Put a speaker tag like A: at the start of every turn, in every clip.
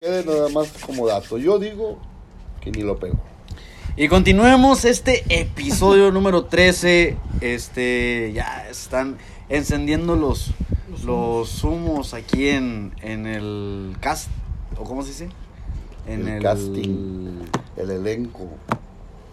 A: quede nada más como dato. Yo digo que ni lo pego.
B: Y continuemos este episodio número 13. Este, ya están encendiendo los, los, los humos aquí en, en el cast. ¿O cómo se dice? En
A: El casting. El elenco,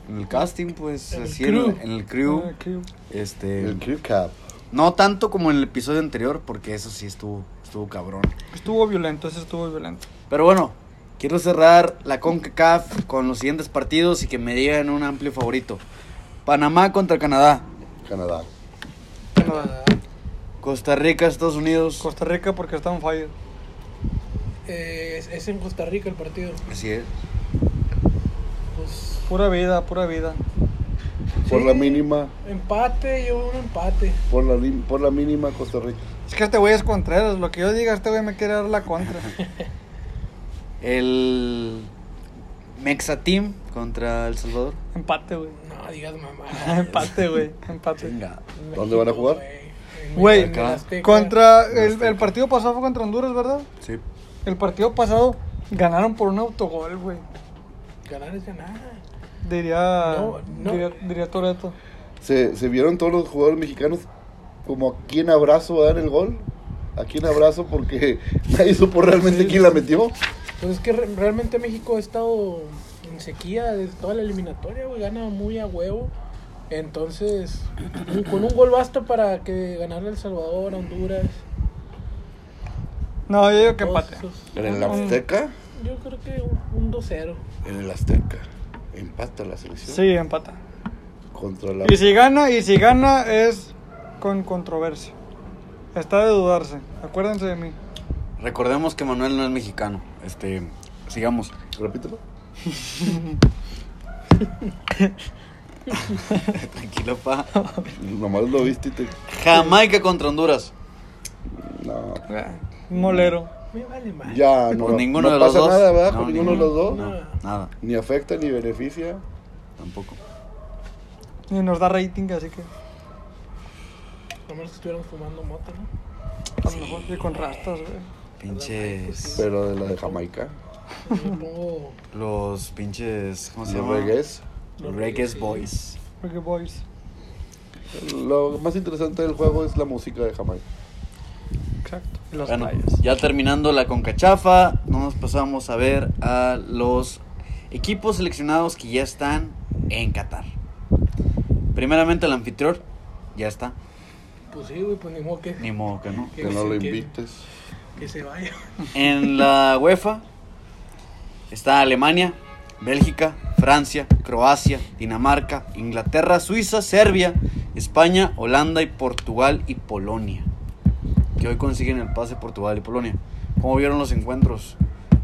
B: En el casting, pues.
C: En el
B: así en-
C: crew.
B: En, el crew.
C: Ah, crew.
B: Este.
A: el crew cap.
B: No tanto como en el episodio anterior, porque eso sí estuvo, estuvo cabrón.
C: Estuvo violento, ese estuvo violento.
B: Pero bueno, quiero cerrar la CONCACAF con los siguientes partidos y que me digan un amplio favorito. Panamá contra Canadá,
A: Canadá.
C: Canadá.
B: Costa Rica, Estados Unidos.
D: ah,
C: Costa Rica porque está on fire.
D: Eh, es, es en Costa Rica el partido.
B: Así es.
D: Pues,
C: Pura vida, pura vida.
A: Por
D: sí,
A: la mínima,
D: Empate, yo un empate.
A: por la, lim- por la mínima Costa Rica.
C: Es que este güey es Contreras, lo que yo diga, este güey me quiere dar la contra.
B: El Mexa Team contra El Salvador.
C: Empate, güey.
D: No digas mamá.
C: Empate, güey. Empate.
B: Venga.
D: En
A: ¿Dónde van a jugar?
D: güey. En
C: Güey,
D: Mex- en el Azteca.
C: contra. El, el partido pasado fue contra Honduras, ¿verdad?
B: Sí.
C: El partido pasado ganaron por un autogol, güey.
D: Ganar es ganar.
C: Diría.
D: No, no.
C: Diría, diría Toreto.
A: ¿Se, se vieron todos los jugadores mexicanos como a quién abrazo dan el gol? ¿A quién abrazo? Porque nadie supo realmente quién la metió.
D: Pues es que re- realmente México ha estado en sequía desde toda la eliminatoria, güey. Gana muy a huevo. Entonces, un- con un gol basta para que ganarle a El Salvador, a Honduras.
C: No, yo digo que
D: todos
C: empate.
D: esos.
A: ¿En el Azteca?
D: Yo creo que un, un 2-0.
A: En el Azteca. Empata la selección.
C: Sí, empata.
A: Contra la...
C: Y si gana, y si gana es con controversia. Está de dudarse. Acuérdense de mí.
B: Recordemos que Manuel no es mexicano. Este, sigamos.
A: Repítelo.
B: Tranquilo, pa.
A: Nomás lo viste y te...
B: Jamaica contra Honduras.
A: No.
C: Molero.
D: Me vale mal.
A: Ya, no,
B: Con Pues ninguno
A: no
B: de los
A: pasa
B: dos.
A: nada, ¿verdad?
B: No,
A: Con ninguno de los dos.
B: no, nada,
A: Ni afecta ni beneficia.
B: tampoco.
C: Y nos da rating, así que.
D: A menos que estuvieran fumando mota, ¿no?
C: A lo mejor y con rastas, güey.
B: Pinches.
A: Pero de la de Jamaica.
D: Yo le pongo
B: Los pinches. ¿Cómo se
A: Los
B: llama?
A: reggaes.
B: Los Reggae Boys.
C: Porque boys.
A: Lo más interesante del juego es la música de Jamaica.
C: Exacto. Y las
B: Bueno,
C: playas.
B: ya terminando la concachafa, nos pasamos a ver a los equipos seleccionados que ya están en Qatar. Primeramente el anfitrión, ya está.
D: Pues sí, güey, pues ni modo que,
B: Ni modo que no.
A: Que
D: Que
A: no
D: sí,
A: lo
D: que-
A: invites.
D: que se vaya.
B: En la UEFA está Alemania, Bélgica, Francia, Croacia, Dinamarca, Inglaterra, Suiza, Serbia, España, Holanda y Portugal y Polonia. Que hoy consiguen el pase Portugal y Polonia. ¿Cómo vieron los encuentros?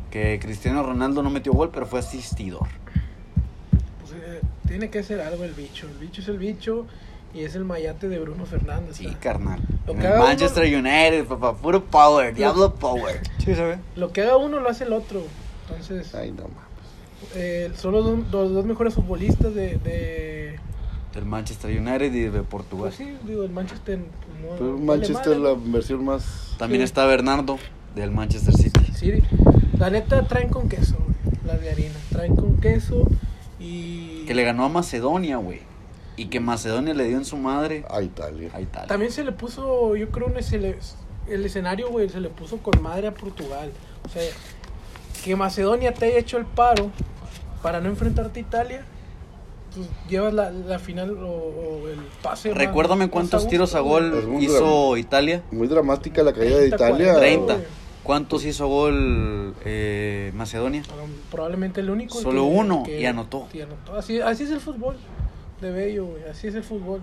B: Que Cristiano Ronaldo no metió gol, pero fue asistidor.
D: Pues, eh, tiene que ser algo el bicho. El bicho es el bicho y es el mayate de Bruno Fernández.
B: Sí,
D: ¿sabes?
B: carnal.
D: Lo
B: En
D: que
B: el
D: haga
B: Manchester United, papá, puro power, diablo power.
C: Sí, se ve.
D: Lo que haga uno lo hace el otro. Entonces,
A: Ay, no mames.
D: eh, son los, dos- los dos mejores futbolistas de. de
B: Del Manchester United y de Portugal.
D: pues sí, digo, el Manchester. pues, no-
A: Pero
D: no le
A: Manchester
D: vale.
A: la versión más...
B: También
D: Sí.
B: está Bernardo del Manchester City.
D: Sí, la neta traen con queso, güey, las de harina. Traen con queso y.
B: Que le ganó a Macedonia, güey. Y que Macedonia le dio en su madre
A: A Italia.
B: a Italia.
D: También se le puso, yo creo, un- se le- el escenario, güey, se le puso con madre a Portugal. O sea, que Macedonia te haya hecho el paro para no enfrentarte a Italia, pues llevas la, la final o, o el pase. más-
B: Recuérdame
D: más
B: cuántos
D: gusto,
B: tiros a
A: Es
B: gol
A: muy
B: hizo
A: drástico.
B: Italia.
A: Muy dramática la caída de
D: 30,
A: Italia.
B: 30.
D: güey.
B: ¿Cuántos hizo gol eh, Macedonia?
D: güey. Probablemente el único.
B: Solo uno, y anotó.
D: y anotó. Así, así es el fútbol de Bello, güey, así es el fútbol.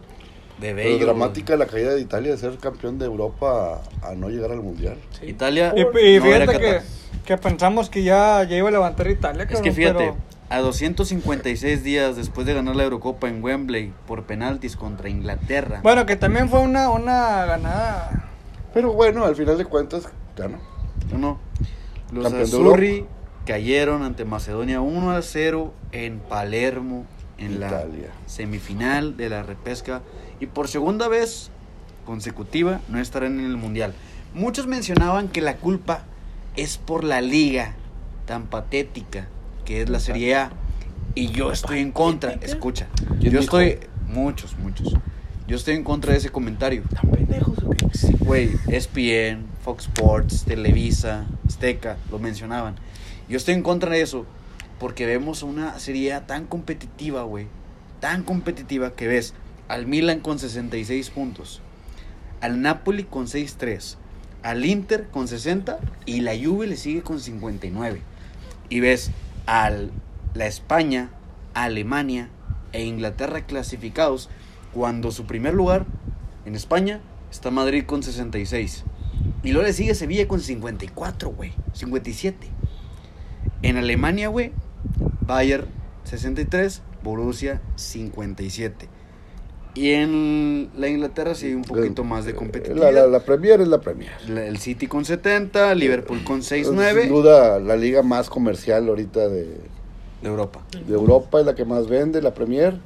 B: De
A: Pero
B: bello.
A: dramática la caída de Italia de ser campeón de Europa a no llegar al mundial.
D: sí.
B: güey. Italia.
C: Y,
B: no
C: y
B: era
C: fíjate que,
B: Qatar.
C: que pensamos que ya, ya iba a levantar Italia,
B: Es
C: cabrón,
B: que fíjate,
C: pero-
B: a 256 días después de ganar la Eurocopa en Wembley por penaltis contra Inglaterra.
C: Bueno, que también fue una, una ganada.
A: Pero bueno, al final de cuentas, ganó.
B: Uno, los
A: Campeón de
B: Azzurri cayeron ante Macedonia 1 a 0 en Palermo en
A: Italia.
B: la semifinal de la repesca y por segunda vez consecutiva no estarán en el mundial. Muchos mencionaban que la culpa es por la liga tan patética que es la Serie A y yo estoy en contra,
D: ¿Patética?
B: escucha,
A: ¿Quién
B: yo
A: dijo?
B: estoy muchos, muchos. Yo estoy en contra de ese comentario.
D: ¿Tan pendejos o qué?
B: Güey, E ESPN, Fox Sports, Televisa, Azteca, lo mencionaban. Yo estoy en contra de eso porque vemos una serie A tan competitiva, güey. Tan competitiva que ves al Milan con 66 puntos, al Napoli con 6-3, al Inter con 60 y la Juve le sigue con 59. Y ves al la España, Alemania e Inglaterra clasificados cuando su primer lugar en España está Madrid con 66. Y luego le sigue Sevilla con 54, güey. 57. En Alemania, güey, Bayern 63, Borussia 57. Y en la Inglaterra sí hay un poquito más de competitividad.
A: La, la, la Premier es la Premier.
B: La- El City con 70, Liverpool con
A: Sin
B: 6-9
A: duda, la liga más comercial ahorita de,
B: de Europa.
A: de Europa es la que más vende, la Premier.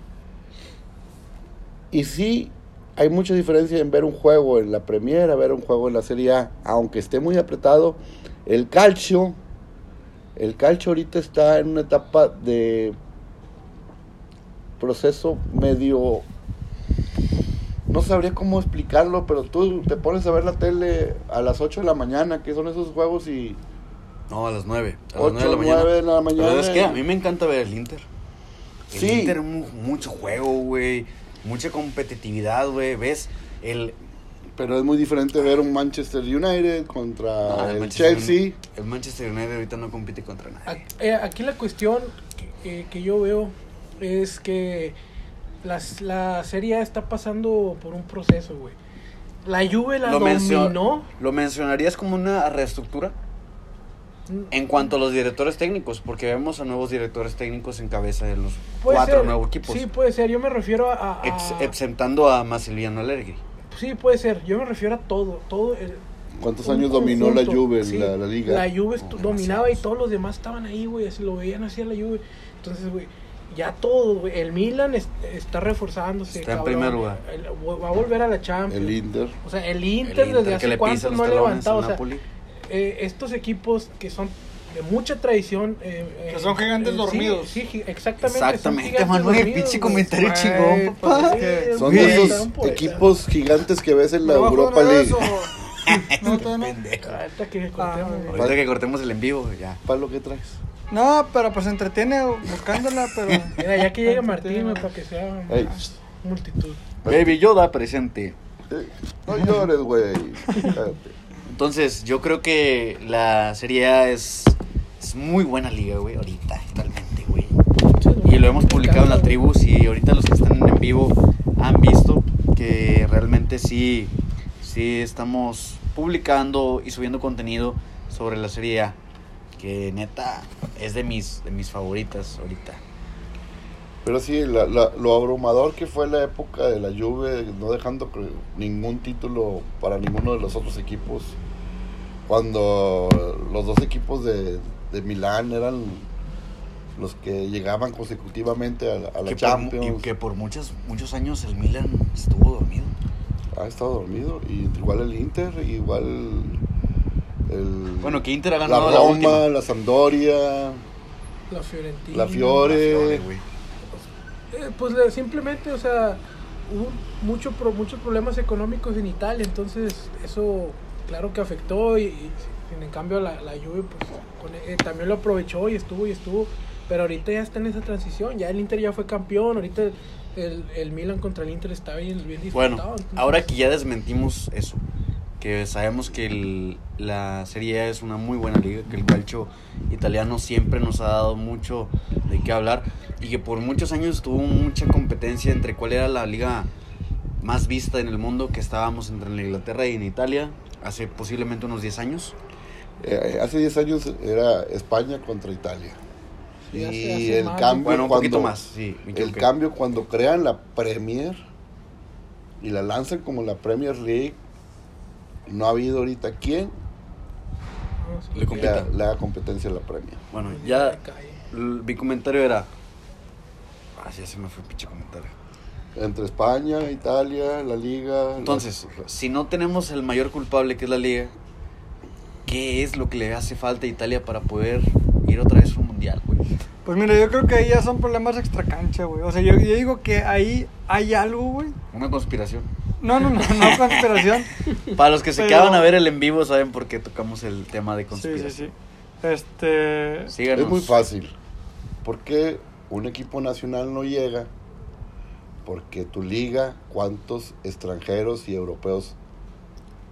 A: Y sí, hay mucha diferencia en ver un juego en la Premier a ver un juego en la Serie A, aunque esté muy apretado. El calcio, el calcio ahorita está en una etapa de proceso medio... No sabría cómo explicarlo, pero tú te pones a ver la tele a las 8 de la mañana, que son esos juegos y...
B: No, a las 9. A las
A: Ocho,
B: 9 de la mañana.
A: nueve de la mañana.
B: Pero es que a mí me encanta ver el Inter. El
A: Sí.
B: Inter, mu- mucho juego, güey. Mucha competitividad, güey. ¿Ves? El,
A: Pero es muy diferente ver un Manchester United contra
B: Ah,
A: el
B: Manchester
A: Chelsea.
B: United- El Manchester United ahorita no compite contra nadie.
D: Ac- eh, Aquí la cuestión que, eh, que yo veo es que las- la serie A está pasando por un proceso, güey. La Juve la
B: Lo, mencio-
D: dominó.
B: lo mencionarías como una reestructura
D: Mm.
B: en cuanto a los directores técnicos, porque vemos a nuevos directores técnicos en cabeza de los
D: Puede
B: cuatro
D: ser.
B: nuevos equipos,
D: Sí, puede ser. Yo me refiero a... a-
B: ex-
D: a-
B: exceptando a Massimiliano Allegri.
D: sí, puede ser. Yo me refiero a todo. todo el-
A: ¿Cuántos
D: un
A: años dominó la
D: conjunto.
A: Juve en
D: Sí,
A: la, la liga?
D: La Juve estu-
B: Oh,
D: dominaba y
B: demasiados.
D: todos los demás estaban ahí, güey. Así lo veían así a la Juve. Entonces, güey, ya todo, güey. El Milan es- está reforzándose.
B: Está en primer lugar.
D: El- va a volver a la Champions.
A: el Inter.
D: O sea, el
B: El
D: Inter, desde
B: que
D: hace
B: le pisa
D: cuánto
B: los
D: no ha
B: talones
D: levantado.
B: al
D: O sea,
B: Napoli.
D: eh, estos equipos que son de mucha tradición. eh, eh,
C: Que son gigantes
D: sí,
C: dormidos.
D: Sí, gi- exactamente. son
B: Exactamente,
D: gigantes
B: Manuel,
D: dormidos,
B: pinche
D: güey.
B: comentario
C: Güey,
B: chingón,
C: pues,
B: papá.
C: es que-
A: Son
B: Güey.
A: de esos
D: Están por-
A: equipos gigantes que ves en la
C: No va a jugar
A: Europa
C: nada de
A: League.
C: eso. No, todavía no.
B: Pendejo.
D: Ahorita que cortemos,
C: Ah,
D: güey.
B: Ahorita que cortemos el en vivo, ya.
A: Pablo, ¿qué traes?
C: No, pero pues entretiene buscándola, pero.
D: Mira, ya que llega Martín,
C: Entretiene.
D: güey, para que sea más
A: Ey.
D: multitud.
B: Baby Yoda presente.
A: Eh, No llores, güey. Cállate.
B: Entonces, yo creo que la Serie A es, es muy buena liga, güey, ahorita, actualmente, güey. Y lo hemos publicado en la tribu, y ahorita los que están en vivo han visto que realmente sí, sí estamos publicando y subiendo contenido sobre la Serie A, que neta es de mis, de mis favoritas ahorita.
A: Pero sí, la- la- lo abrumador que fue la época de la Juve, no dejando cre- ningún título para ninguno de los otros equipos. Cuando los dos equipos de, de Milán eran los que llegaban consecutivamente a, la- a la
B: Que por, mu-
A: Champions.
B: y que por muchos, muchos años el Milan estuvo dormido.
A: Ha estado dormido. Y igual el Inter, igual el.
B: Bueno, que Inter ha
A: la
B: ganado la, última.
A: Roma, la Sampdoria.
D: La Fiorentina.
A: La Fiore.
B: La Fiore, güey.
D: Eh, pues le- simplemente, o sea, hubo mucho pro- muchos problemas económicos en Italia, entonces eso claro que afectó y, y sin- en cambio la, la Juve pues, con- eh, también lo aprovechó y estuvo y estuvo, pero ahorita ya está en esa transición, ya el Inter ya fue campeón, ahorita el, el, Milan contra el Inter está bien, bien disputado.
B: Bueno,
D: entonces-
B: ahora que ya desmentimos eso, que sabemos que el- la Serie A es una muy buena liga, que el calcio italiano siempre nos ha dado mucho de qué hablar y que por muchos años tuvo mucha competencia entre cuál era la liga más vista en el mundo que estábamos entre en Inglaterra y en Italia hace posiblemente unos 10 años.
A: Eh, hace 10 años era España contra Italia.
D: Sí,
A: y
D: hace- hace
A: el
D: más,
A: cambio
B: Bueno, un poquito
A: cuando-
B: más, sí. me
A: El
B: equivoqué.
A: cambio cuando crean la Premier y la lanzan como la Premier League, no ha habido ahorita quien
D: Vamos a-
B: Le
A: le,
B: compita.
A: ha- le haga competencia a la Premier.
B: Bueno,
D: Pues
B: ya
D: la calle.
B: l- mi comentario era... Ah, sí, ya se me fue el pinche comentario.
A: Entre España, Italia, la Liga. la-
B: Entonces, si no tenemos el mayor culpable que es la liga, ¿qué es lo que le hace falta a Italia para poder conseguir otra vez un mundial, güey.
C: Pues mira, yo creo que ahí ya son problemas extracancha, güey. O sea, yo, yo digo que ahí hay algo, güey.
B: Una conspiración.
C: No, no, no, no conspiración.
B: Para los que se
C: Pero-
B: quedaban a ver el en vivo, saben por qué tocamos el tema de
C: Sí, sí,
B: conspiración.
C: sí. Este.
B: Síganos.
A: Es muy fácil. ¿Por qué un equipo nacional no llega? Porque tu liga, ¿cuántos extranjeros y europeos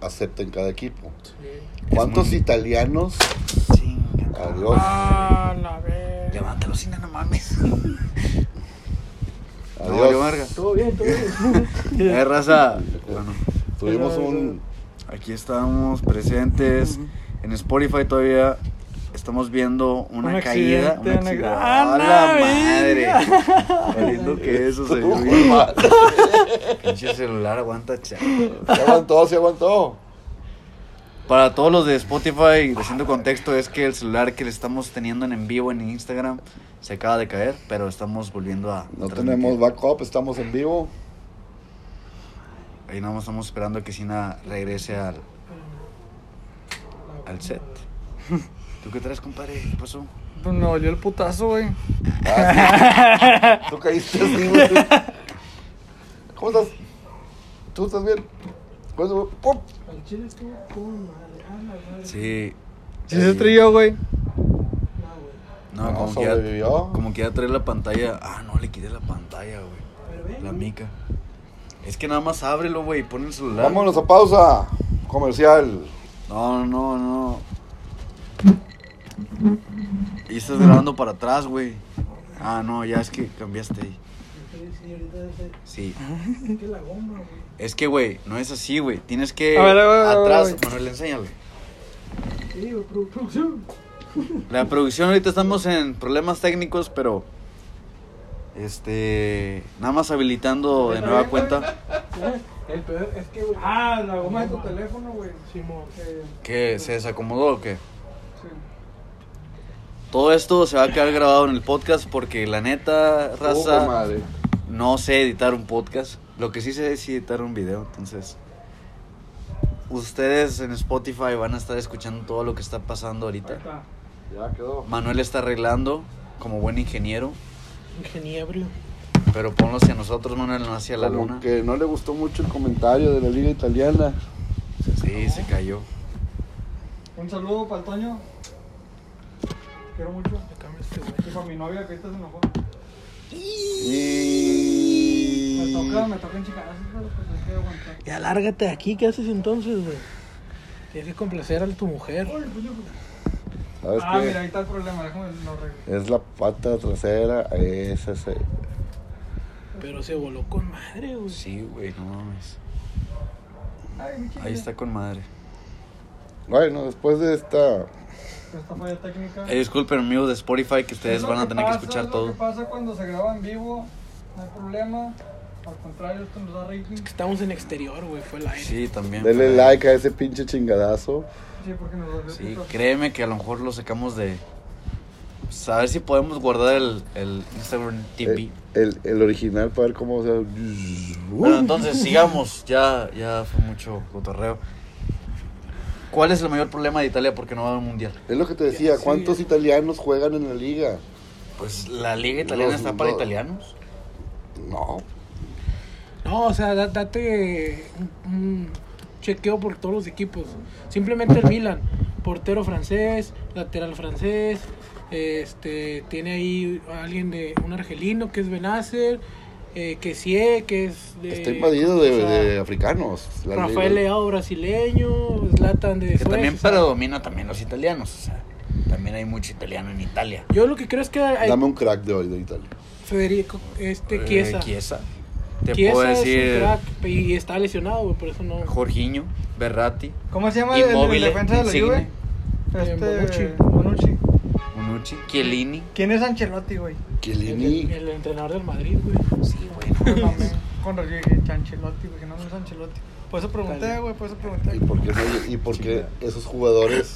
A: acepta en cada equipo?
D: Sí.
A: ¿Cuántos
B: muy-
A: italianos?
B: Chinga,
A: Adiós.
C: Ah, la verga.
B: Levántalo, Sina, no mames. No,
A: Adiós.
B: valió verga.
D: Todo bien, todo bien.
B: Eh, raza. Bueno,
A: Tuvimos un...
B: aquí estamos presentes. En Spotify todavía estamos viendo una
C: Un
B: caída.
C: accidente,
B: Una
C: un
B: accidente.
C: accidente.
B: ¡A la
C: ¡Ah, la
B: madre!
C: vida!
B: Valiendo que eso se
A: Estuvo
B: vio.
A: mal.
B: Pinche celular, aguanta, chaval.
A: Se aguantó, se aguantó.
B: Para todos los de Spotify, haciendo contexto, es que el celular que le estamos teniendo en en vivo en Instagram se acaba de caer, pero estamos volviendo a.
A: No
B: transmitir.
A: tenemos backup, estamos en vivo.
B: Ahí nada más estamos esperando que Sina regrese al, al set. ¿Tú qué traes, compadre? ¿Qué pasó?
C: Pues me dolió el putazo, güey.
A: Ah, Tú caíste así, güey. ¿Cómo estás? ¿Tú estás bien? ¿Cómo estás? ¡Pum!
D: Al chile estuvo con madre. Ah, la madre.
B: Sí.
C: Sí, se estrelló, güey.
D: No, güey.
B: No,
A: No,
B: como, que ya,
A: sobrevivió.
B: como que ya trae la pantalla. Ah, no, le quité la pantalla, güey.
D: Pero ven,
B: La mica. Es que nada más ábrelo, güey, y pon el celular.
A: Vámonos a pausa comercial.
B: No, no, no. Y estás grabando para atrás, güey. Ah, no, ya es que cambiaste ahí.
D: güey, sí, ahorita es-
B: Sí.
D: es que la goma, güey.
B: Es que, güey, no es así, güey. Tienes que.
C: A ver, a ver, a ver,
B: atrás,
C: a ver.
B: Manuel, enséñale.
D: Sí, güey, produ- producción.
B: La producción, ahorita estamos en problemas técnicos, pero. Este. Nada más habilitando de nueva cuenta.
D: ¿Eh? El peor es que, güey.
C: Ah, la goma de tu teléfono, güey.
D: Simón.
C: Eh,
B: ¿Qué? ¿Se desacomodó o qué?
C: sí.
B: Todo esto se va a quedar grabado en el podcast porque la neta, raza.
A: Oh, madre.
B: No sé editar un podcast. Lo que sí sé es editar un video. Entonces, ustedes en Spotify van a estar escuchando todo lo que está pasando
C: Ahí
B: ahorita.
C: está.
A: Ya quedó.
B: Manuel está arreglando como buen ingeniero.
D: Ingeniebro.
B: Pero ponlo hacia nosotros, Manuel, no hacia la
A: Como
B: luna.
A: que no le gustó mucho el comentario de la liga italiana.
B: Sí, se cayó.
C: Un saludo para el Toño. Quiero mucho.
D: Ya cambia este, güey.
C: Y para mi novia que ahorita se enojó. Me
A: Y...
C: toca, me toca en chicas. Pero pues hay que aguantar.
D: Ya lárgate de aquí, ¿qué haces entonces, güey? Tienes que complacer a tu mujer.
A: ¿Sabes
C: Ah,
A: qué?
C: mira, ahí está el problema. Déjame lo arreglo.
A: Es la pata trasera. Esa es...
D: Pero se voló con madre, güey.
B: Sí, güey, no mames.
C: Ay, mi chica.
B: Ahí está con madre.
A: Bueno, después de esta...
C: Esta falla técnica.
B: Eh, disculpen, amigos de Spotify, que ustedes
C: Es lo
B: van a tener que
C: pasa,
B: escuchar
C: Es lo
B: todo.
C: que pasa cuando se graba en vivo. No hay problema. Al contrario, esto nos da rating. Sí,
D: Estamos en exterior, güey, fue el aire.
B: Sí, también.
A: Denle like a ese pinche chingadazo.
C: porque nos dolió
B: Sí,
C: putazo.
B: créeme que a lo mejor lo sacamos de. Pues, a ver si podemos guardar el, el Instagram TV.
A: El, Eh, el, el original para ver cómo se...
C: Uh.
B: Bueno, entonces sigamos. Ya, ya fue mucho cotorreo. ¿Cuál es el mayor problema de Italia porque no va a un mundial?
A: Es lo que te decía,
D: Sí.
A: ¿cuántos italianos juegan en la liga?
B: Pues la liga italiana
A: Los
B: está para
A: dos.
B: italianos.
A: No,
D: No, o sea, da- date un, un chequeo por todos los equipos. Simplemente el Milan, portero francés, lateral francés, este, tiene ahí a alguien de un argelino que es Benacer, eh, que sie, que es de
A: está invadido de,
D: o sea,
A: de africanos. la
D: Rafael
A: liga.
D: Leao brasileño, Zlatan de
B: Que
D: Suecia,
B: también
D: o sea,
B: predomina también los italianos. O sea, también hay mucho italiano en Italia.
D: Yo lo que creo es que hay
A: Dame un crack de hoy de Italia.
D: Federico este
B: Eh,
D: Chiesa.
B: Chiesa. Te
D: Chiesa
B: puedo
D: es un
B: decir
D: crack, y está lesionado, güey, por eso no.
B: Jorginho, Berratti,
C: ¿Cómo se llama Ah, el, el
B: Immobile,
C: defensa de la
B: Insigne,
C: Juve?
D: Eh, Bonucci.
C: Este. Bonucci.
B: Bonucci, Chiellini.
C: ¿Quién es Ancelotti, güey?
A: Chiellini.
D: El, el entrenador del Madrid, güey.
B: Sí,
C: No
B: bueno.
C: mames, Cuando yo dije Chancelotti, güey, que no no es Ancelotti. Por eso pregunté,
D: Dale.
C: güey, por eso pregunté.
A: ¿Y por qué, no- y por qué esos jugadores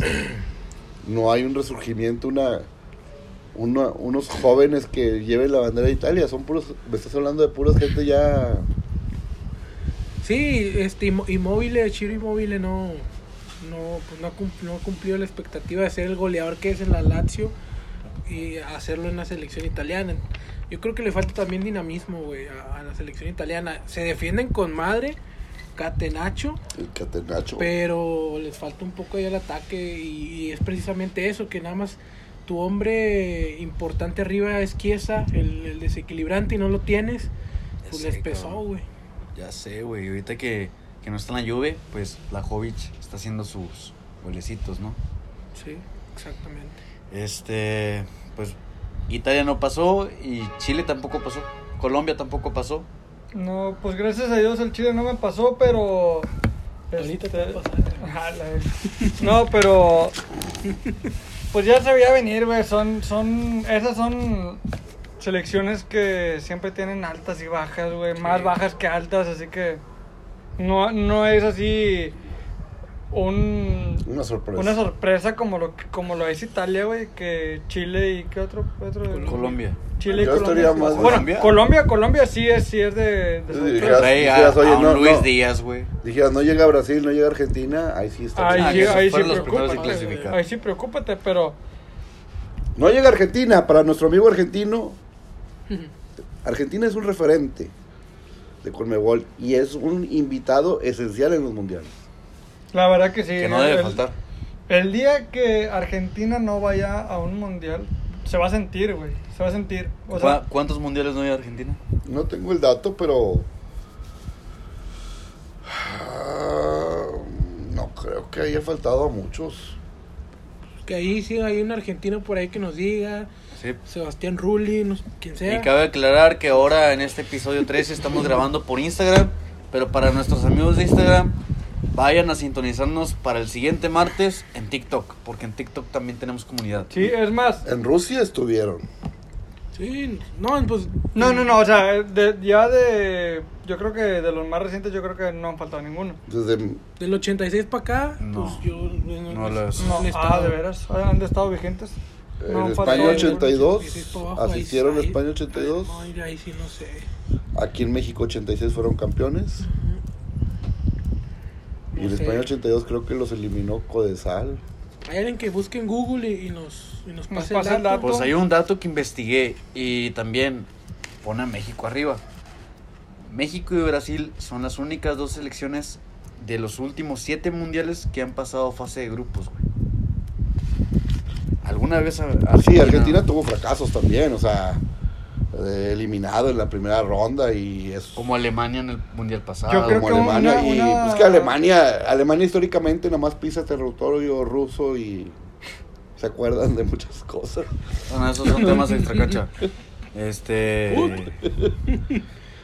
A: no hay un resurgimiento, una, una- unos jóvenes que lleven la bandera de Italia? Son puros, me estás hablando de puras gente ya...
D: Sí, este Immo- Immobile, Chiro Immobile no no pues no, cum- no cumplió la expectativa de ser el goleador que es en la Lazio. y hacerlo en la selección italiana. Yo creo que le falta también dinamismo, güey, a, a la selección italiana. Se defienden con madre, Catenacho,
A: El catenacho.
D: pero les falta un poco ahí al ataque y, y es precisamente eso, que nada más tu hombre importante arriba es Chiesa, el, el desequilibrante y no lo tienes, pues
B: Ya
D: les
B: sé,
D: pesó,
B: cabrón.
D: güey.
B: Ya sé, güey. Ahorita que, que no está en la lluvia, pues la Jovic está haciendo sus golecitos, ¿no?
D: Sí, exactamente.
B: Este, pues Italia no pasó y Chile tampoco pasó. Colombia tampoco pasó.
C: No, pues gracias a Dios el Chile no me pasó, pero.
D: Ahorita te va a
C: Ah, la verga. No, pero. Pues ya se veía venir, güey. Son, son. Esas son selecciones que siempre tienen altas y bajas, güey. Más bajas que altas, así que. No, no es así. Un.
A: Una sorpresa.
C: Una sorpresa como lo, como lo es Italia, güey, que Chile y qué otro, otro
B: Colombia.
C: Chile y
A: Yo
C: Colombia.
A: estaría
C: sí.
A: más-
C: bueno,
B: Colombia.
C: Colombia. Colombia, sí es, sí es de, de
A: Sí,
C: sorpresa.
A: dijeras-
B: Trae Pues a,
A: dijeras, oye,
B: a un
A: no,
B: Luis
A: no.
B: Díaz, güey.
A: Dijeras, "Ah, no llega a Brasil, no llega a Argentina, ahí sí está.
C: Ahí,
B: Ah,
C: sí-
B: que se
C: ahí sí
B: fueron los primeros en
C: preocúpate,
B: clasificar.
C: ahí sí preocúpate, pero
A: No llega a Argentina, para nuestro amigo argentino, Argentina es un referente de Colmebol y es un invitado esencial en los mundiales.
C: la verdad que sí.
B: que no debe
C: el,
B: faltar.
C: El día que Argentina no vaya a un mundial, se va a sentir, güey. Se va a sentir. O sea,
B: ¿Cuá- ¿Cuántos mundiales no hay en Argentina?
A: No tengo el dato, pero... Ah, No creo que haya faltado a muchos.
D: Que ahí sí hay un argentino por ahí que nos diga,
B: Sí.
D: Sebastián Rulli, no sé, quien sea.
B: Y cabe aclarar que ahora en este episodio 13 estamos grabando por Instagram, pero para nuestros amigos de Instagram, vayan a sintonizarnos para el siguiente martes en TikTok, porque en TikTok también tenemos comunidad.
C: sí, es más.
A: En Rusia estuvieron.
D: Sí, no, pues.
C: No, no, no, o sea, de- ya de. Yo creo que de los más recientes, yo creo que no han faltado ninguno.
B: Mm,
A: Desde
D: Del 86 para acá,
B: No.
D: pues yo. en-
B: No
D: en-
B: las-
D: en
C: No,
D: el
C: ah,
D: estado.
C: de veras, han estado vigentes.
A: En
C: No han
A: España
C: faltado
A: 82,
D: 86 para abajo, ahí-
A: asistieron a
D: ahí-
A: España 82,
D: Ay, no, ahí sí no sé.
A: aquí en México 86 fueron campeones y
D: No
A: en
D: sé.
A: España 82 creo que los eliminó Codesal.
D: Hay alguien que busque en Google y, y nos, y nos
C: Nos
D: pase
C: pasa
D: el
C: el
D: dato.
C: dato.
B: Pues hay un dato que investigué y también pone a México arriba. México y Brasil son las únicas dos selecciones de los últimos siete mundiales que han pasado fase de grupos, güey. ¿Alguna vez a-
A: Sí, Argentina tuvo fracasos también, o sea, eh, eliminado en la primera ronda y es
B: Como Alemania en el mundial pasado.
C: Yo creo
A: como
C: que
A: Alemania
C: una-
A: y
C: una-
A: pues que Alemania, Alemania históricamente nada más pisa territorio ruso y se acuerdan de muchas cosas.
B: Bueno, esos son temas de extracancha. Este.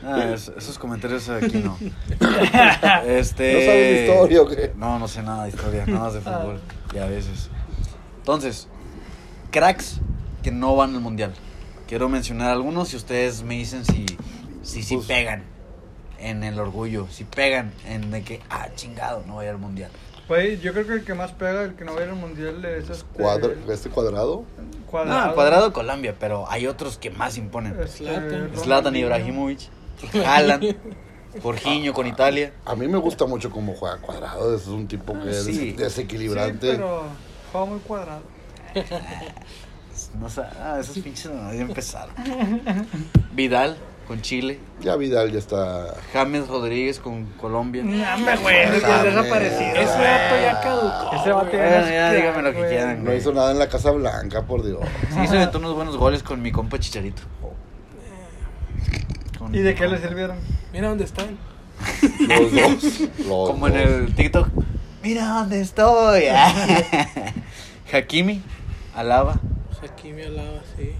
B: Ah, es- esos comentarios aquí no. Este.
A: No saben de historia, ¿o qué? Ah.
B: No, no sé nada de historia, nada más de fútbol. Y a veces. Entonces, cracks que no van al mundial. Quiero mencionar algunos y ustedes me dicen si si, si
A: Pues-
B: pegan en el orgullo, si pegan en de que, ah, chingado, no voy al mundial.
C: Güey, yo creo que el que más pega, el que no va a ir al mundial es este.
A: Cuadra- este cuadrado
B: No, Ah, el cuadrado Colombia, pero hay otros que más imponen.
C: Este,
D: Zlatan.
B: Zlatan
C: Ronaldinho.
B: Ibrahimovic, Haaland, Jorginho con Italia.
A: A mí me gusta mucho cómo juega Cuadrado, es un tipo que es
B: sí.
A: desequilibrante.
C: Ah, Sí, pero juega muy cuadrado.
B: No sé, ah, esos pinches no deben empezar. Vidal con Chile,
A: Ya Vidal ya está.
B: James Rodríguez con Colombia.
C: Dame, güey,
A: que es desaparecido.
D: Ese dato ya caducó.
C: Ese vato
B: Bueno,
C: ya,
B: ya, dígame lo que quieran.
A: No hizo nada en la Casa Blanca, por Dios.
B: Sí, se metió unos buenos goles con mi compa Chicharito. Con-
C: ¿Y de qué le sirvieron?
D: Mira dónde están.
A: Los dos. los
B: Como en
A: dos.
B: el TikTok. Mira dónde estoy. Hakimi, Alaba,
D: Pues aquí me alaba, sí.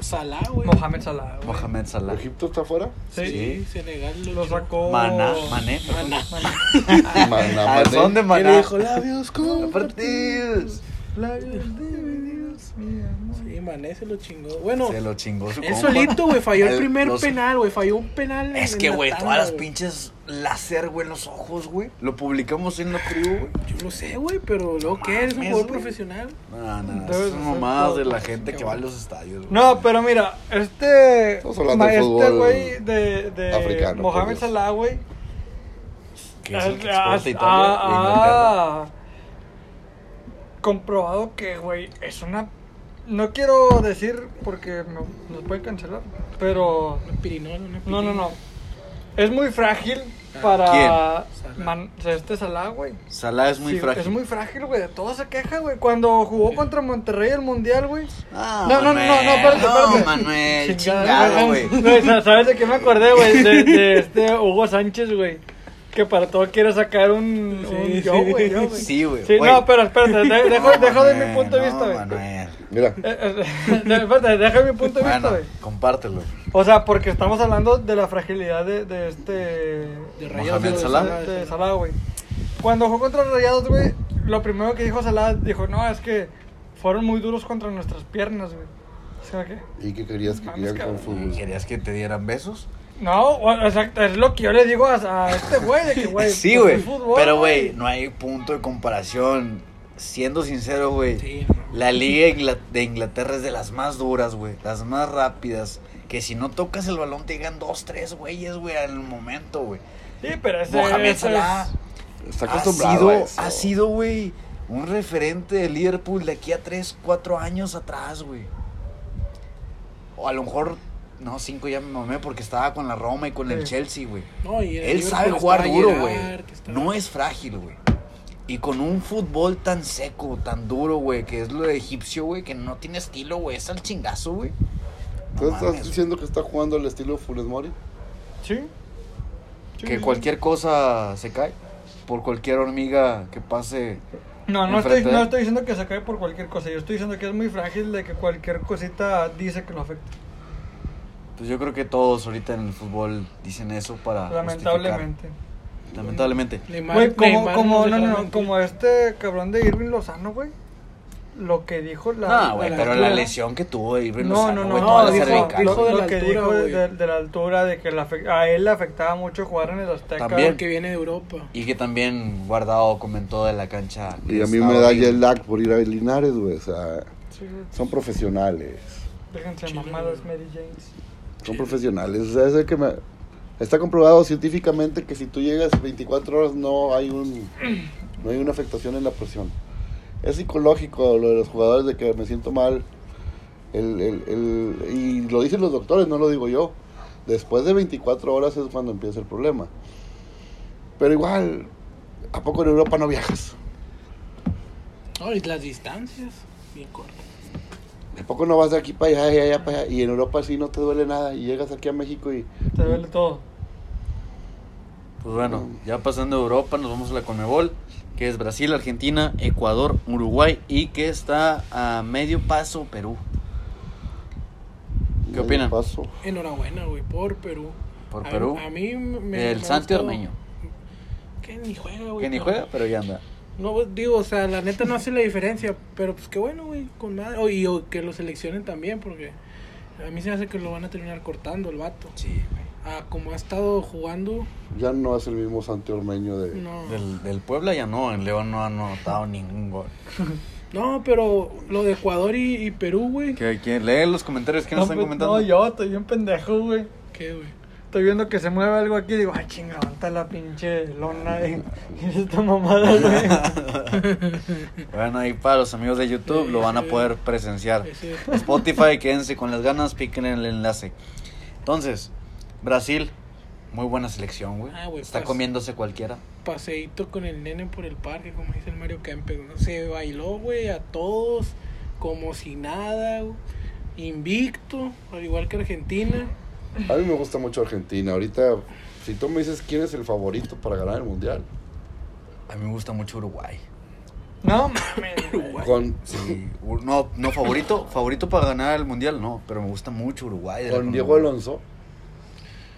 D: Salah, güey.
C: Mohamed Salah. güey.
B: Mohamed Salah.
A: ¿Egipto está afuera?
C: Sí.
D: Sí, Senegal lo,
C: Lo sacó.
B: Maná, Mané.
D: Maná.
A: Maná,
B: Ah,
A: Mané.
B: son de
D: Y
B: Maná.
D: le dijo labios con
B: Partidos.
C: Labios divididos, mi amor.
D: Sí, Mané se lo chingó. Bueno,
B: Se lo chingó su
D: él
B: compa.
D: solito, güey, falló el
B: El-
D: primer
B: los-
D: penal, güey. Falló un penal.
B: Es
D: en
B: que,
D: la
B: güey,
D: tanda,
B: todas las
D: güey.
B: pinches láser, güey, en los ojos, güey. Lo publicamos en la crew, güey.
D: Yo lo sé, güey, pero luego que eres un
B: mames,
D: jugador
B: güey.
D: profesional.
B: No, no, no.
C: Debes
B: Esas
C: hacer
B: mamadas
C: todo.
B: de la gente que va a los estadios, güey.
C: No, pero mira, este.
A: Estamos hablando
C: ma-
A: de
C: Este
A: fútbol
C: güey de. de
A: africano, por
C: Mohamed
A: Dios.
C: Salah, güey.
B: Que es el que
C: Ah,
B: exporta Italia
C: ah,
B: e Inglaterra.
C: ah. comprobado que, güey, es una No quiero decir porque me- nos pueden cancelar, pero
D: Una pirinola, una
C: no, no,
D: pirinola.
C: no. Es muy frágil para
D: ¿Quién?
C: man- o sea, este Salah, güey.
B: Salah es muy
C: Sí,
B: frágil.
C: Es muy frágil, güey. De todo se queja, güey. Cuando jugó contra Monterrey el Mundial, güey.
B: Ah,
C: No, no, no,
B: Manuel,
C: no, no, espérate, espérate.
B: No, Manuel,
C: Chingada,
B: chingado, Eh, güey.
C: Sa- ¿Sabes de qué me acordé, güey? De, de este Hugo Sánchez, güey. Que para todo quiere sacar un,
D: Sí,
C: un
D: sí.
C: yo, güey. yo, güey.
B: Sí, güey.
C: Sí,
B: güey.
C: no, pero espérate, de- dejo,
B: No,
C: dejo de mi
B: Manuel,
C: punto de
B: no,
C: vista, güey.
B: Manuel.
A: Mira,
C: Eh, eh, de- espérate, deja mi punto de vista,
B: Bueno,
C: güey.
B: compártelo.
C: O sea, porque estamos hablando de la fragilidad de, de este.
D: De
B: Mohamed
D: güey,
B: Salah.
D: Salah,
C: de este
D: Salah.
C: Salah, güey. Cuando jugó contra Rayados, güey, lo primero que dijo Salah, dijo, no, es que fueron muy duros contra nuestras piernas, güey. O sea, que.
A: ¿y qué querías que
C: Mames,
A: querían con
C: cabrón.
A: fútbol?
B: ¿Querías que te dieran besos?
C: No, o- exacto, es lo que yo le digo a, a este güey, de que, güey.
B: sí,
C: pues,
B: güey.
C: es fútbol,
B: Pero, güey, no hay punto de comparación. Siendo sincero, güey.
D: Sí,
B: La liga Ingla- de Inglaterra es de las más duras, güey. Las más rápidas. Que si no tocas el balón te llegan dos, tres güeyes, güey, al momento, güey.
C: Sí, pero ese.
B: Mohamed
C: ese
B: Salah
A: Está
B: ha
A: acostumbrado
B: sido,
A: a eso.
B: ha sido, güey, un referente de Liverpool de aquí a tres, cuatro años atrás, güey. O a lo mejor, no, cinco ya me mamé porque estaba con la Roma y con el
C: Sí.
B: Chelsea, güey.
D: No, y el
B: Él sabe
D: Liverpool
B: jugar
D: estaba
B: duro,
D: Gerrard,
B: güey.
D: que estaba-
B: No es frágil, güey. Y con un fútbol tan seco, tan duro, güey, que es lo de egipcio, güey, que no tiene estilo, güey, es al chingazo, güey. No
A: ¿Tú estás
B: mames,
A: diciendo que está jugando al estilo Funes Mori?
C: Sí. Sí,
B: que
C: sí.
B: cualquier cosa se cae por cualquier hormiga que pase.
C: No, no estoy,
B: enfrente de-
C: no estoy diciendo que se cae por cualquier cosa. Yo estoy diciendo que es muy frágil de que cualquier cosita dice que lo afecta.
B: Pues yo creo que todos ahorita en el fútbol dicen eso para.
C: Lamentablemente.
B: justificar. Lamentablemente.
D: Neymar-
C: Güey, como,
D: Neymar
C: como,
D: nos
C: no,
D: dejó
C: no,
D: mentir.
C: como este cabrón de Irving Lozano, güey. Lo que dijo la.
B: No, Ah, güey,
D: la
B: pero la
D: altura.
B: lesión que tuvo Irving
C: No,
B: Lozano,
C: no, no,
B: güey, toda
C: no,
B: la
C: dijo,
B: cervical,
C: dijo
B: güey.
D: de
C: lo
D: la
C: que
D: altura,
C: dijo de,
D: güey.
C: de- de la altura, de que le afe- a él le afectaba mucho jugar en el Azteca.
B: También.
D: que viene de Europa.
B: Y que también Guardado comentó de la cancha. que
A: Y a mí
B: estaba
A: me da ya
B: horrible.
A: el lag por ir a Linares, güey. O sea,
C: Sí, güey.
A: son profesionales.
C: Déjense
D: Chile,
C: mamadas,
D: güey.
C: Mary James.
A: Son profesionales. O sea, es el que me... Está comprobado científicamente que si tú llegas 24 horas no hay un no hay una afectación en la presión. Es psicológico lo de los jugadores de que me siento mal. El- el- el- y lo dicen los doctores, no lo digo yo. Después de 24 horas es cuando empieza el problema. Pero igual, ¿a poco en Europa no viajas?
D: No, y las distancias, bien cortas.
A: ¿A poco no vas de aquí para allá, allá, allá, para allá? Y en Europa sí no te duele nada. Y llegas aquí a México y...
C: Te duele todo.
B: Pues bueno, ya pasando a Europa, nos vamos a la Conmebol, que es Brasil, Argentina, Ecuador, Uruguay y que está a medio paso Perú. ¿Qué
A: medio
B: opinan?
A: Paso.
D: Enhorabuena, güey, por Perú.
B: Por
D: A-
B: Perú.
D: A, mí me- me.
B: El
D: me
B: Santi
D: gustó.
B: Ormeño,
D: Que ni juega, güey.
B: que ni
D: pero-
B: juega, pero ya anda.
D: No, pues, digo, o sea, la neta no hace la diferencia. Pero pues qué bueno, güey, con madre. O, y o que lo seleccionen también, porque a mí se me hace que lo van a terminar cortando el vato.
B: Sí,
D: Ah, como ha estado jugando,
A: Ya no es el mismo Santi Ormeño de...
D: no.
B: Del, del Puebla ya no, en León no ha anotado ningún gol.
D: No, pero lo de Ecuador y, y Perú, güey.
B: ¿Qué, quién? Lee los comentarios, ¿qué nos están
C: pues,
B: comentando?
C: No, yo estoy bien pendejo, güey.
D: ¿Qué, güey?
C: Estoy viendo que se mueve algo aquí y digo, ay, chinga, aguanta la pinche lona de de esta mamada, güey.
B: Bueno, ahí para los amigos de YouTube lo van a poder presenciar.
D: Ese-
B: Spotify, quédense con las ganas, piquen en el enlace. Entonces, Brasil, muy buena selección, güey.
D: Ah, güey,
B: Está
D: pues.
B: comiéndose cualquiera.
D: paseíto con el nene por el parque, como dice el Mario Kempes. ¿no? Se bailó, güey, a todos, como si nada, güey. invicto, al igual que Argentina.
A: A mí me gusta mucho Argentina. Ahorita, si tú me dices quién es el favorito para ganar el mundial,
B: A mí me gusta mucho Uruguay.
C: No mames. güey.
A: con,
B: Sí, u- no, no favorito, favorito para ganar el mundial, no, pero me gusta mucho Uruguay. de la
A: con Diego
B: Conmebol.
A: Alonso,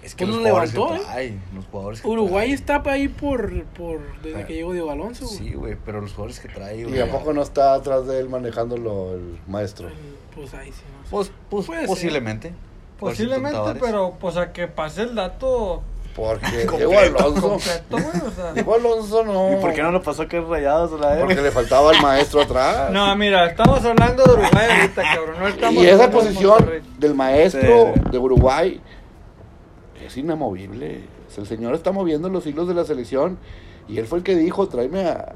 B: Es que
D: Pues
B: los
D: lo
B: jugadores,
D: levantó,
B: que
D: ¿eh?
B: trae, los jugadores que
D: Uruguay
B: trae.
D: está ahí por, por desde
B: Pero-
D: que llegó Diego Alonso, güey.
B: Sí, güey, pero los jugadores que trae,
A: y
B: güey.
A: a poco no está atrás de él manejándolo el maestro.
D: Pues ahí Pues sí, no sé.
B: Pos- pos-
D: Puede ser.
B: pues, posiblemente.
C: Posiblemente,
B: Tavares.
C: pero pues a que pase el dato
A: Porque
B: Completo.
A: Diego Alonso,
C: completo, güey, o sea.
A: Diego Alonso no.
B: ¿Y por qué no lo pasó a que rayados a la vez?
A: Porque le faltaba el maestro atrás.
C: No, mira, estamos hablando de Uruguay ahorita, cabrón. No estamos
A: y esa
C: hablando de
A: posición
C: Monterrey.
A: del maestro
B: Sí.
A: de Uruguay es inamovible. O sea, El señor está moviendo los hilos de la selección y él fue el que dijo, tráeme a,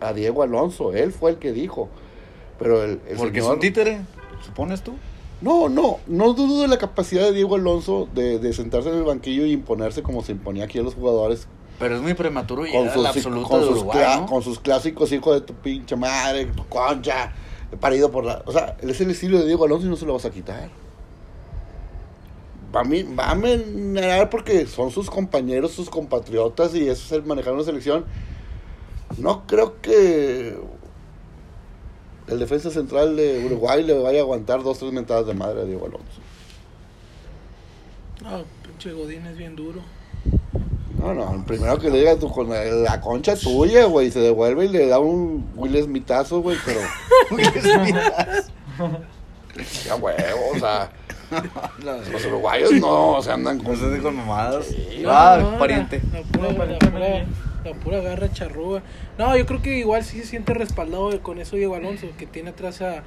A: a Diego Alonso. Él fue el que dijo. Pero el, el
B: Porque es
A: señor-
B: un títere, supones tú.
A: No, no, no dudo de la capacidad de Diego Alonso de, de sentarse en el banquillo y imponerse como se imponía aquí a los jugadores
B: Pero es muy prematuro
A: con
B: llegar a
A: sus,
B: la absoluta
A: con
B: de
A: sus
B: Uruguay,
A: cla-
B: ¿no?
A: con sus clásicos hijo de tu pinche madre, tu concha, parido por la... O sea, es el estilo de Diego Alonso y no se lo vas a quitar. Va a, mi- va a menar porque son sus compañeros, sus compatriotas y eso es el manejar una selección. No creo que el defensa central de Uruguay le vaya a aguantar dos, tres mentadas de madre a Diego Alonso.
D: No, pinche Godín es bien duro.
A: No, no, primero que le diga tu, con la, la concha tuya, güey, se devuelve y le da un Will Smithazo, güey, pero ya huevo, o sea, los uruguayos no, o sea, andan
B: No
A: con...
B: se con mamadas.
A: Sí,
B: ah,
D: No, no,
B: pariente.
D: La, la pura,
C: No,
D: la,
C: pariente
D: pura,
C: también.
D: la pura garra charrúa. No, yo creo que igual sí se siente respaldado de- con eso Diego Alonso, que tiene atrás a,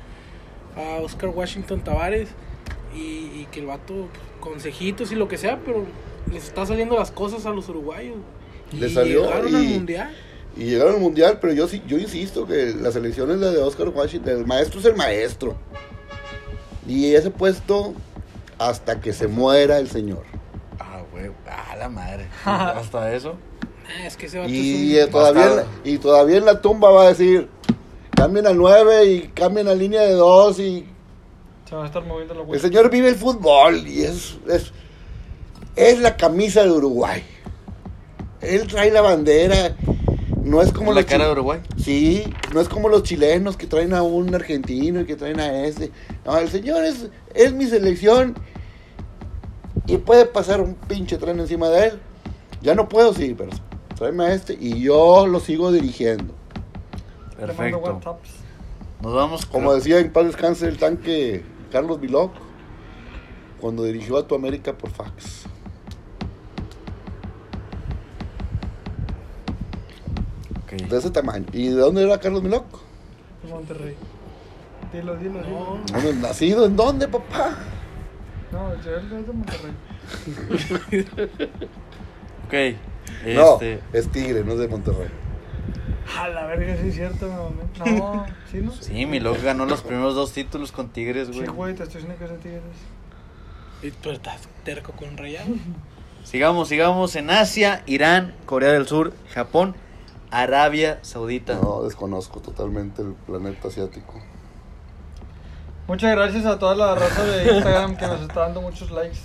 D: a Oscar Washington Tavares y, y que el vato, pues, consejitos y lo que sea, pero les está saliendo las cosas a los uruguayos. Y
A: Le salió
D: llegaron
A: y-
D: al mundial.
A: Y llegaron al mundial, pero yo sí, yo insisto que la selección es la de Oscar Washington, el maestro es el maestro. Y ese puesto hasta que se muera el señor.
B: Ah, güey. Ah, la madre. Hasta eso.
D: Ah, es que ese vato
A: Y
D: es
A: eh,
D: un-
A: todavía, en la-
B: bastardo.
A: y todavía en la tumba va a decir, cambien al 9 y cambien la línea de 2 y
C: Se van a estar moviendo los
A: El
C: huevos.
A: señor vive el fútbol y es, es, es la camisa de Uruguay. Él trae la bandera. No es como
B: Como la
A: los
B: cara de
A: chi-
B: Uruguay.
A: Sí, no es como los chilenos que traen a un argentino y que traen a este. No, el señor es, es mi selección y puede pasar un pinche tren encima de él. Ya no puedo, sí, pero tráeme a este y yo lo sigo dirigiendo.
C: Te mando
B: Perfecto.
C: WhatsApps.
B: Nos vamos con.
A: Como decía en paz descanse el tanque Carlos Viloc, cuando dirigió a tu América por fax. De ese tamaño. ¿Y de dónde era Carlos Viloc?
C: De Monterrey. Dilo, dilo, dilo.
D: No,
A: ¿Dónde nacido? ¿En dónde, papá?
C: No, yo él es de Monterrey.
B: Ok. Este.
A: No, es Tigre, no es de Monterrey.
C: A la verga, sí es cierto, me mamé. No, sí, no.
B: Sí, mi loco ganó los primeros dos títulos con Tigres,
C: Sí,
B: güey.
C: güey, te estoy diciendo que es de Tigres.
D: y tú estás terco con Rayado.
B: Sigamos, sigamos. En Asia, Irán, Corea del Sur, Japón, Arabia Saudita.
A: No, desconozco totalmente el planeta asiático.
C: Muchas gracias a toda la raza de Instagram que nos está dando muchos likes.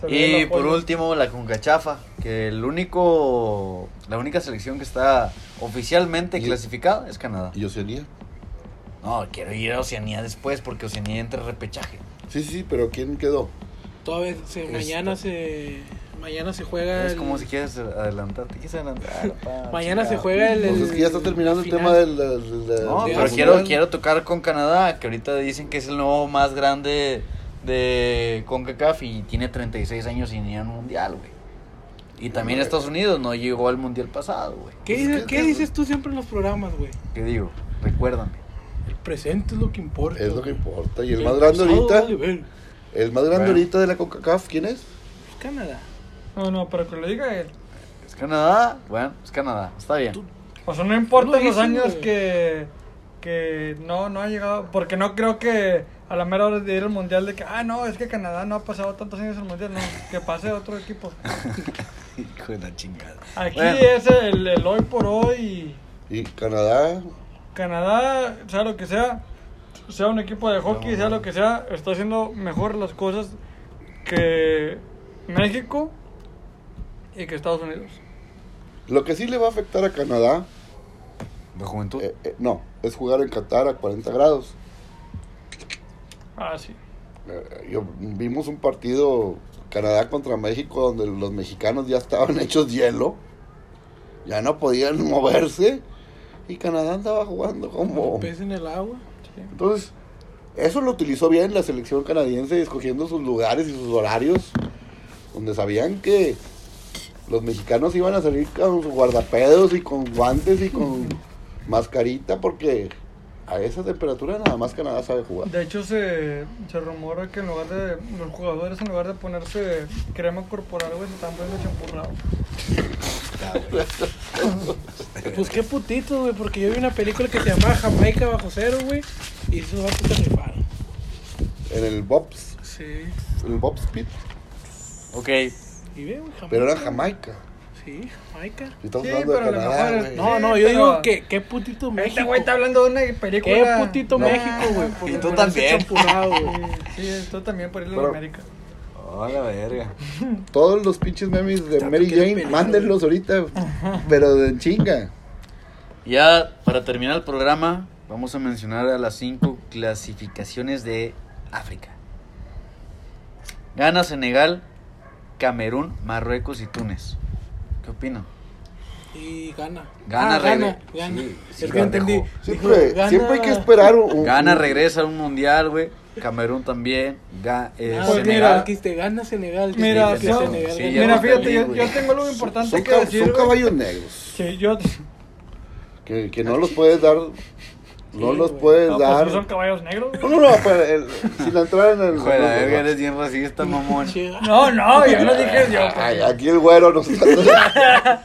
C: Se ve el
B: Y por
C: apoyo.
B: último, la Concachafa, que el único, la única selección que está oficialmente
A: Y-
B: clasificada es Canadá.
A: ¿Y Oceanía?
B: No, quiero ir a Oceanía después porque Oceanía entra en repechaje.
A: Sí, sí, sí, pero ¿quién quedó?
D: Todavía se,
B: Este-
D: mañana se mañana se juega
B: Es
D: el-
B: como si quieres adelantar, te quieres adelantar. pa,
D: Mañana se
B: chingado.
D: juega el,
A: Pues
D: el
A: es que ya está terminando el
D: final.
A: tema del... del- del- del
B: No, pero
A: mundial.
B: quiero, quiero tocar con Canadá, que ahorita dicen que es el nuevo más grande de CONCACAF y tiene 36 años sin ir a un mundial, güey. Y también Estados Unidos no llegó al mundial pasado, güey.
D: ¿Qué,
A: Pues es
D: dices-
A: que-
D: qué dices tú siempre en los programas, güey?
B: ¿Qué digo? Recuérdame.
D: El presente es lo que importa.
A: Es lo que
D: güey.
A: importa. Y el
D: El
A: más grande
D: pasado
A: ahorita...
D: vale ver.
A: El más grande
B: Bueno.
A: ahorita de la CONCACAF, ¿quién es?
D: Canadá.
C: No, no, pero que lo diga él.
B: ¿Es Canadá? Bueno, es Canadá, está bien.
D: Tú-
C: O sea, no importa
D: No lo
C: los
D: dicen,
C: años
D: güey.
C: que, que no, no ha llegado. Porque no creo que a la mera hora de ir al mundial de que, ah, no, es que Canadá no ha pasado tantos años al mundial. No, que pase otro equipo.
B: Hijo de la chingada.
C: Aquí
B: Bueno.
C: es el, el hoy por hoy.
A: Y Canadá,
C: Canadá, sea lo que sea, sea un equipo de hockey, sea lo que sea, está haciendo mejor las cosas que México y que Estados Unidos.
A: Lo que sí le va a afectar a Canadá,
B: De juventud.
A: eh, eh, no, es jugar en Qatar a 40 grados.
C: Ah, sí.
A: Eh, yo- vimos un partido Canadá contra México donde los mexicanos ya estaban hechos hielo, ya no podían moverse y Canadá andaba jugando como...
D: Un pez en el agua.
C: sí.
A: Entonces, eso lo utilizó bien la selección canadiense, escogiendo sus lugares y sus horarios, donde sabían que los mexicanos iban a salir con sus guardapedos y con guantes y con mascarita, porque a esa temperatura nada más Canadá sabe jugar.
C: De hecho, se, se rumora que en lugar de los jugadores, en lugar de ponerse crema corporal, güey, se están poniendo champurrado.
B: Jamaica, güey.
D: Pues qué putitos, güey, porque yo vi una película que se llamaba Jamaica bajo cero, güey, y esos vatos se rifaron.
A: En el Bob's,
D: Sí.
A: el Bob's Pit.
B: Ok.
D: Y ve, güey, Jamaica.
A: Pero era Jamaica.
D: Sí, Jamaica.
A: Y estamos
C: Sí,
A: hablando de
C: pero a lo
A: Canadá,
C: mejor-
A: güey.
D: No,
C: Sí,
D: no, yo
C: pero-
D: digo que qué putito México.
C: Este güey está hablando de una
D: Qué
C: película. Ah,
D: putito
A: No.
D: México, güey. por
B: Y tú
D: ponerse
B: también.
D: champurrado, güey.
C: Sí, tú también por irlo
A: Pero-
C: a América.
B: Hola, Oh, verga.
A: Todos los pinches memes de Mary
D: que le
A: Jane,
D: pelaron.
A: mándenlos ahorita. Pero de chinga.
B: Ya para terminar el programa, vamos a mencionar a las cinco clasificaciones de África. Ghana, Senegal, Camerún, Marruecos y Túnez. ¿Qué opinan?
D: Y gana.
B: Gana,
D: Ah, gana,
B: rebe-
D: gana.
B: Sí, sí,
D: es que entendí.
B: pendejo.
A: Siempre,
D: Dijo,
A: siempre hay
D: gana-
A: que esperar un. un-
B: Ghana
A: un-
B: regresa a un mundial, güey. Camerún también. Ga- eh,
D: Ah,
C: Pues
B: Senegal.
D: mira, dijiste, gana Senegal.
C: Mira,
D: dijiste,
C: son-
D: Senegal,
B: sí,
D: gana.
B: ya
C: Mira,
B: no
C: fíjate,
B: entendí,
C: yo,
B: güey.
C: yo tengo algo importante
A: Son,
C: que
A: cab-
C: decir.
A: son
C: güey,
A: caballos negros.
C: que yo,
A: Que, que no los puedes dar. No
D: Sí,
A: los
D: güey.
A: puedes
C: no, pues
A: dar.
C: sí son caballos negros. güey.
A: No, no, no, pero el- sin entrar en el.
B: Hijo de la
A: no, no,
B: verga,
A: no.
B: eres bien racista, mamón.
D: Che,
C: No, no, yo no dije yo. pues.
A: Ay, aquí el güero nos está.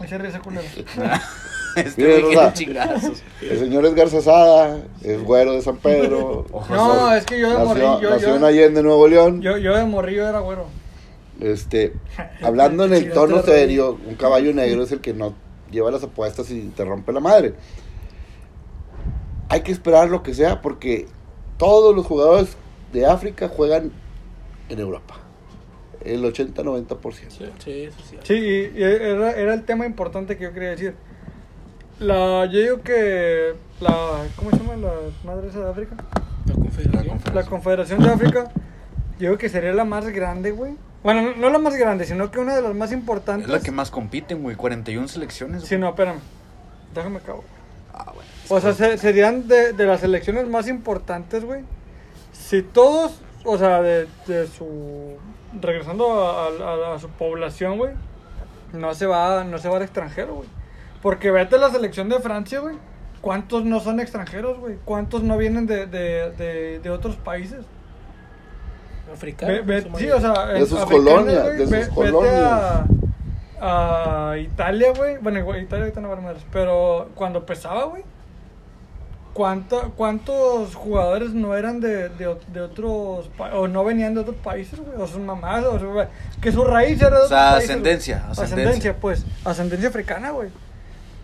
C: Mucha risa, pues, culero.
B: Este
A: Mira,
B: güey que
A: Rosa.
B: chingazos.
A: El señor es Garzazada, es güero de San Pedro.
B: Ojos
C: No, es que yo de
A: Nació,
C: morrillo. Yo,
A: nació en
C: yo,
A: Allende, Nuevo León.
C: yo, yo de morrillo era güero.
A: Este, hablando en el tono serio, un caballo negro es el que no lleva las apuestas y te rompe la madre. Hay que esperar lo que sea porque todos los jugadores de África juegan en Europa. El 80-90%.
D: che, che, eso sí.
C: Sí, y, y era, era el tema importante que yo quería decir. La, yo digo que la, ¿cómo se llama la madre esa de África?
D: La confederación.
C: La Confederación de África, yo digo que sería la más grande, güey. Bueno, no, no la más grande, sino que una de las más importantes.
B: Es la que más compiten, güey. 41 selecciones. güey.
C: Sí, no, espérame. Déjame acabo.
B: Ah, bueno.
C: O sea, se- serían de, de las elecciones más importantes, güey. Si todos, o sea, de, de su. Regresando a, a- a su población, güey. No se va no se va al extranjero, güey. Porque vete a la selección de Francia, güey. ¿Cuántos no son extranjeros, güey? ¿Cuántos no vienen de, de, de, de otros países?
D: Africana.
C: Ve- ve-
D: en su
C: sí,
D: mayoría.
C: o sea,
A: De
C: en-
A: sus
C: africanos,
A: colonias,
C: güey,
A: de sus colonias.
C: Vete a, a Italia, güey. Bueno, igual Italia ahorita no va a armar, pero cuando pesaba, güey. ¿cuánta- ¿Cuántos jugadores no eran de, de, ot- de otros pa- o no venían de otros países, güey? O sus mamás, o su, que su raíz era de
B: O
C: otros
B: sea,
C: países, güey.
B: ascendencia, ascendencia.
C: pues. Ascendencia africana, güey.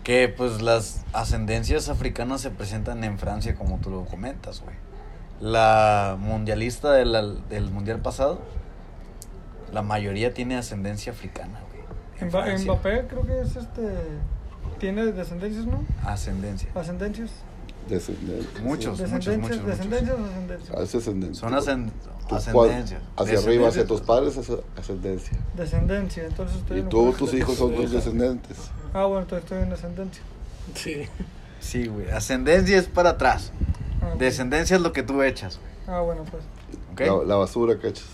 B: Que pues las ascendencias africanas se presentan en Francia, como tú lo comentas, güey. La mundialista de la- del mundial pasado, la mayoría tiene ascendencia africana, güey. en
C: Mba-
B: Francia.
C: Em-, Mbappé creo que es este. Tiene descendencias, ¿no?
B: Ascendencia.
C: Ascendencias.
A: Descendente.
B: Muchos, muchos,
C: Descendencias,
B: muchos. muchos.
C: descendencias, ascendencias.
A: Es ascendente.
B: Son ascend-
A: Tú, cual-
B: ascendencias.
A: Hacia arriba, hacia
B: Descendencias.
A: tus padres, es ascendencia.
C: Descendencia, entonces estoy
A: Y
C: en
A: tú,
C: un-
A: tus hijos son tus descendentes.
C: Ah, bueno, entonces estoy en ascendencia.
D: Sí.
B: Sí, güey. Ascendencia es para atrás.
C: Ah, ok.
B: Descendencia es lo que tú echas, güey.
C: Ah, bueno, pues.
B: ¿Ok?
A: La, la basura que echas.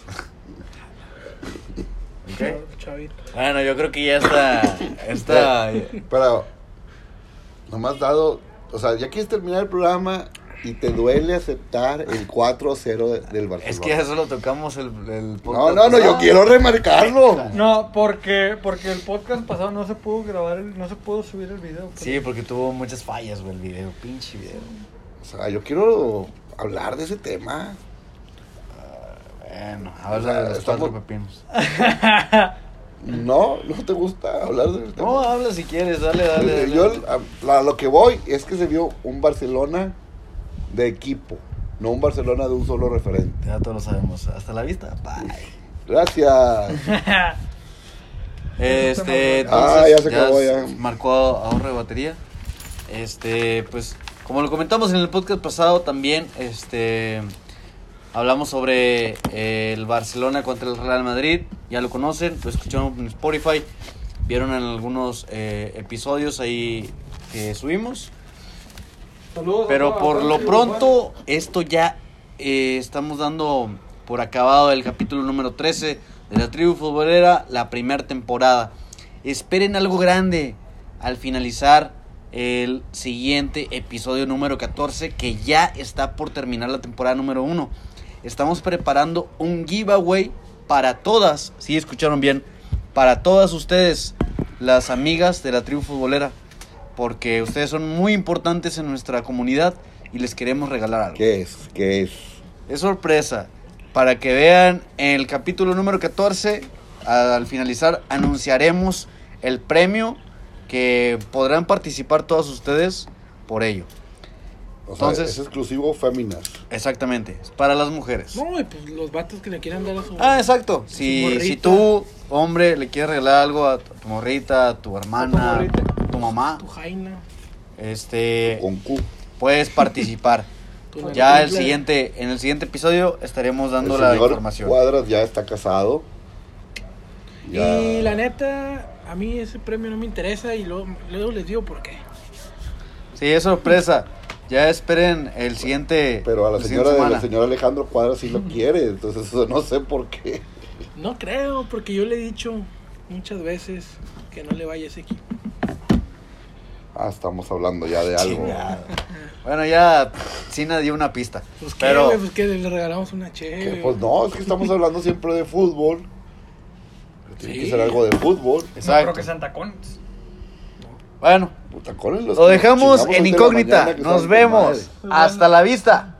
B: ¿Ok?
D: Chavito.
B: Bueno, yo creo que ya está. Está.
A: Pero, nomás dado, o sea, ya quieres terminar el programa y te duele aceptar el 4-0 de- del Barcelona.
B: Es que eso lo tocamos el, el
A: No, no, no, yo quiero remarcarlo.
C: No, porque, porque el podcast pasado no se pudo grabar, el- no se pudo subir el video. pues.
B: Sí, porque tuvo muchas fallas, güey, el video. Pinche video.
A: O sea, yo quiero hablar de ese tema.
B: Bueno, habla de los
A: Estamos-
B: cuatro pepinos.
A: No, no te gusta hablar del tema.
B: No, habla si quieres, dale, dale.
A: Eh,
B: dale.
A: Yo a, a lo que voy es que se vio un Barcelona de equipo, no un Barcelona de un solo referente.
B: Ya todos lo sabemos. Hasta la vista. Bye.
A: Gracias.
B: Este,
A: Ah,
B: entonces,
A: ya se acabó, ya.
B: Marcó ahorro de batería. Este, pues, como lo comentamos en el podcast pasado también, este, hablamos sobre eh, el Barcelona contra el Real Madrid. Ya lo conocen, lo escucharon en Spotify, vieron en algunos eh, episodios ahí que subimos.
C: Saludos a
B: Pero
C: toda la
B: por
C: banda
B: lo
C: de
B: pronto, esto ya eh, estamos dando por acabado el capítulo número 13 de la tribu futbolera, la primera temporada. Esperen algo grande al finalizar el siguiente episodio número 14 que ya está por terminar la temporada número 1. Estamos preparando un giveaway para todas, si escucharon bien, para todas ustedes las amigas de la tribu futbolera, porque ustedes son muy importantes en nuestra comunidad y les queremos regalar algo.
A: ¿Qué es? ¿Qué es?
B: Es sorpresa. Para que vean el capítulo número 14, al finalizar anunciaremos el premio que podrán participar todos ustedes por ello.
A: O sea,
B: Entonces-
A: es exclusivo féminas.
B: Exactamente, es para las mujeres.
D: No, y pues los vatos que le quieran dar a su.
B: Ah, exacto. Si,
D: morrita.
B: si tú, hombre, le quieres regalar algo a tu tu morrita, a tu hermana, a
D: morrita.
B: tu mamá,
D: Tu jaina.
B: este,
A: Con Q.
B: puedes participar.
D: tu
B: Pues Ya el
D: nalguita.
B: siguiente, en el siguiente episodio estaremos
A: El
B: dando la
A: señor
B: información.
A: Cuadras ya está casado. Ya-
D: Y la neta, a mí ese premio no me interesa y luego, luego les digo por qué.
B: Sí, es sorpresa. Ya esperen el siguiente.
A: Pero a la
B: el
A: señora
B: siguiente
A: de la
B: semana.
A: señora Alejandro Cuadras sí lo quiere, entonces eso no sé por qué.
D: No creo, porque yo le he dicho muchas veces que no le vaya a ese equipo.
A: Ah, estamos hablando ya de algo.
B: Chingada. Bueno, ya Sina dio una pista.
D: Pues qué,
B: pero
D: güey, pues que le regalamos una
A: Que,
D: cheve.
A: pues no, es que estamos hablando siempre de fútbol. Tiene que
D: Sí.
A: ser algo de fútbol.
C: No creo
B: exacto.
C: que sean tacones.
B: bueno,
A: Puta, con el- los
B: lo
A: que chingamos
B: dejamos en
A: hoy de la
B: incógnita.
A: mañana que
B: Nos
A: son de
D: Pues
B: vemos.
A: madre.
B: Hasta la vista.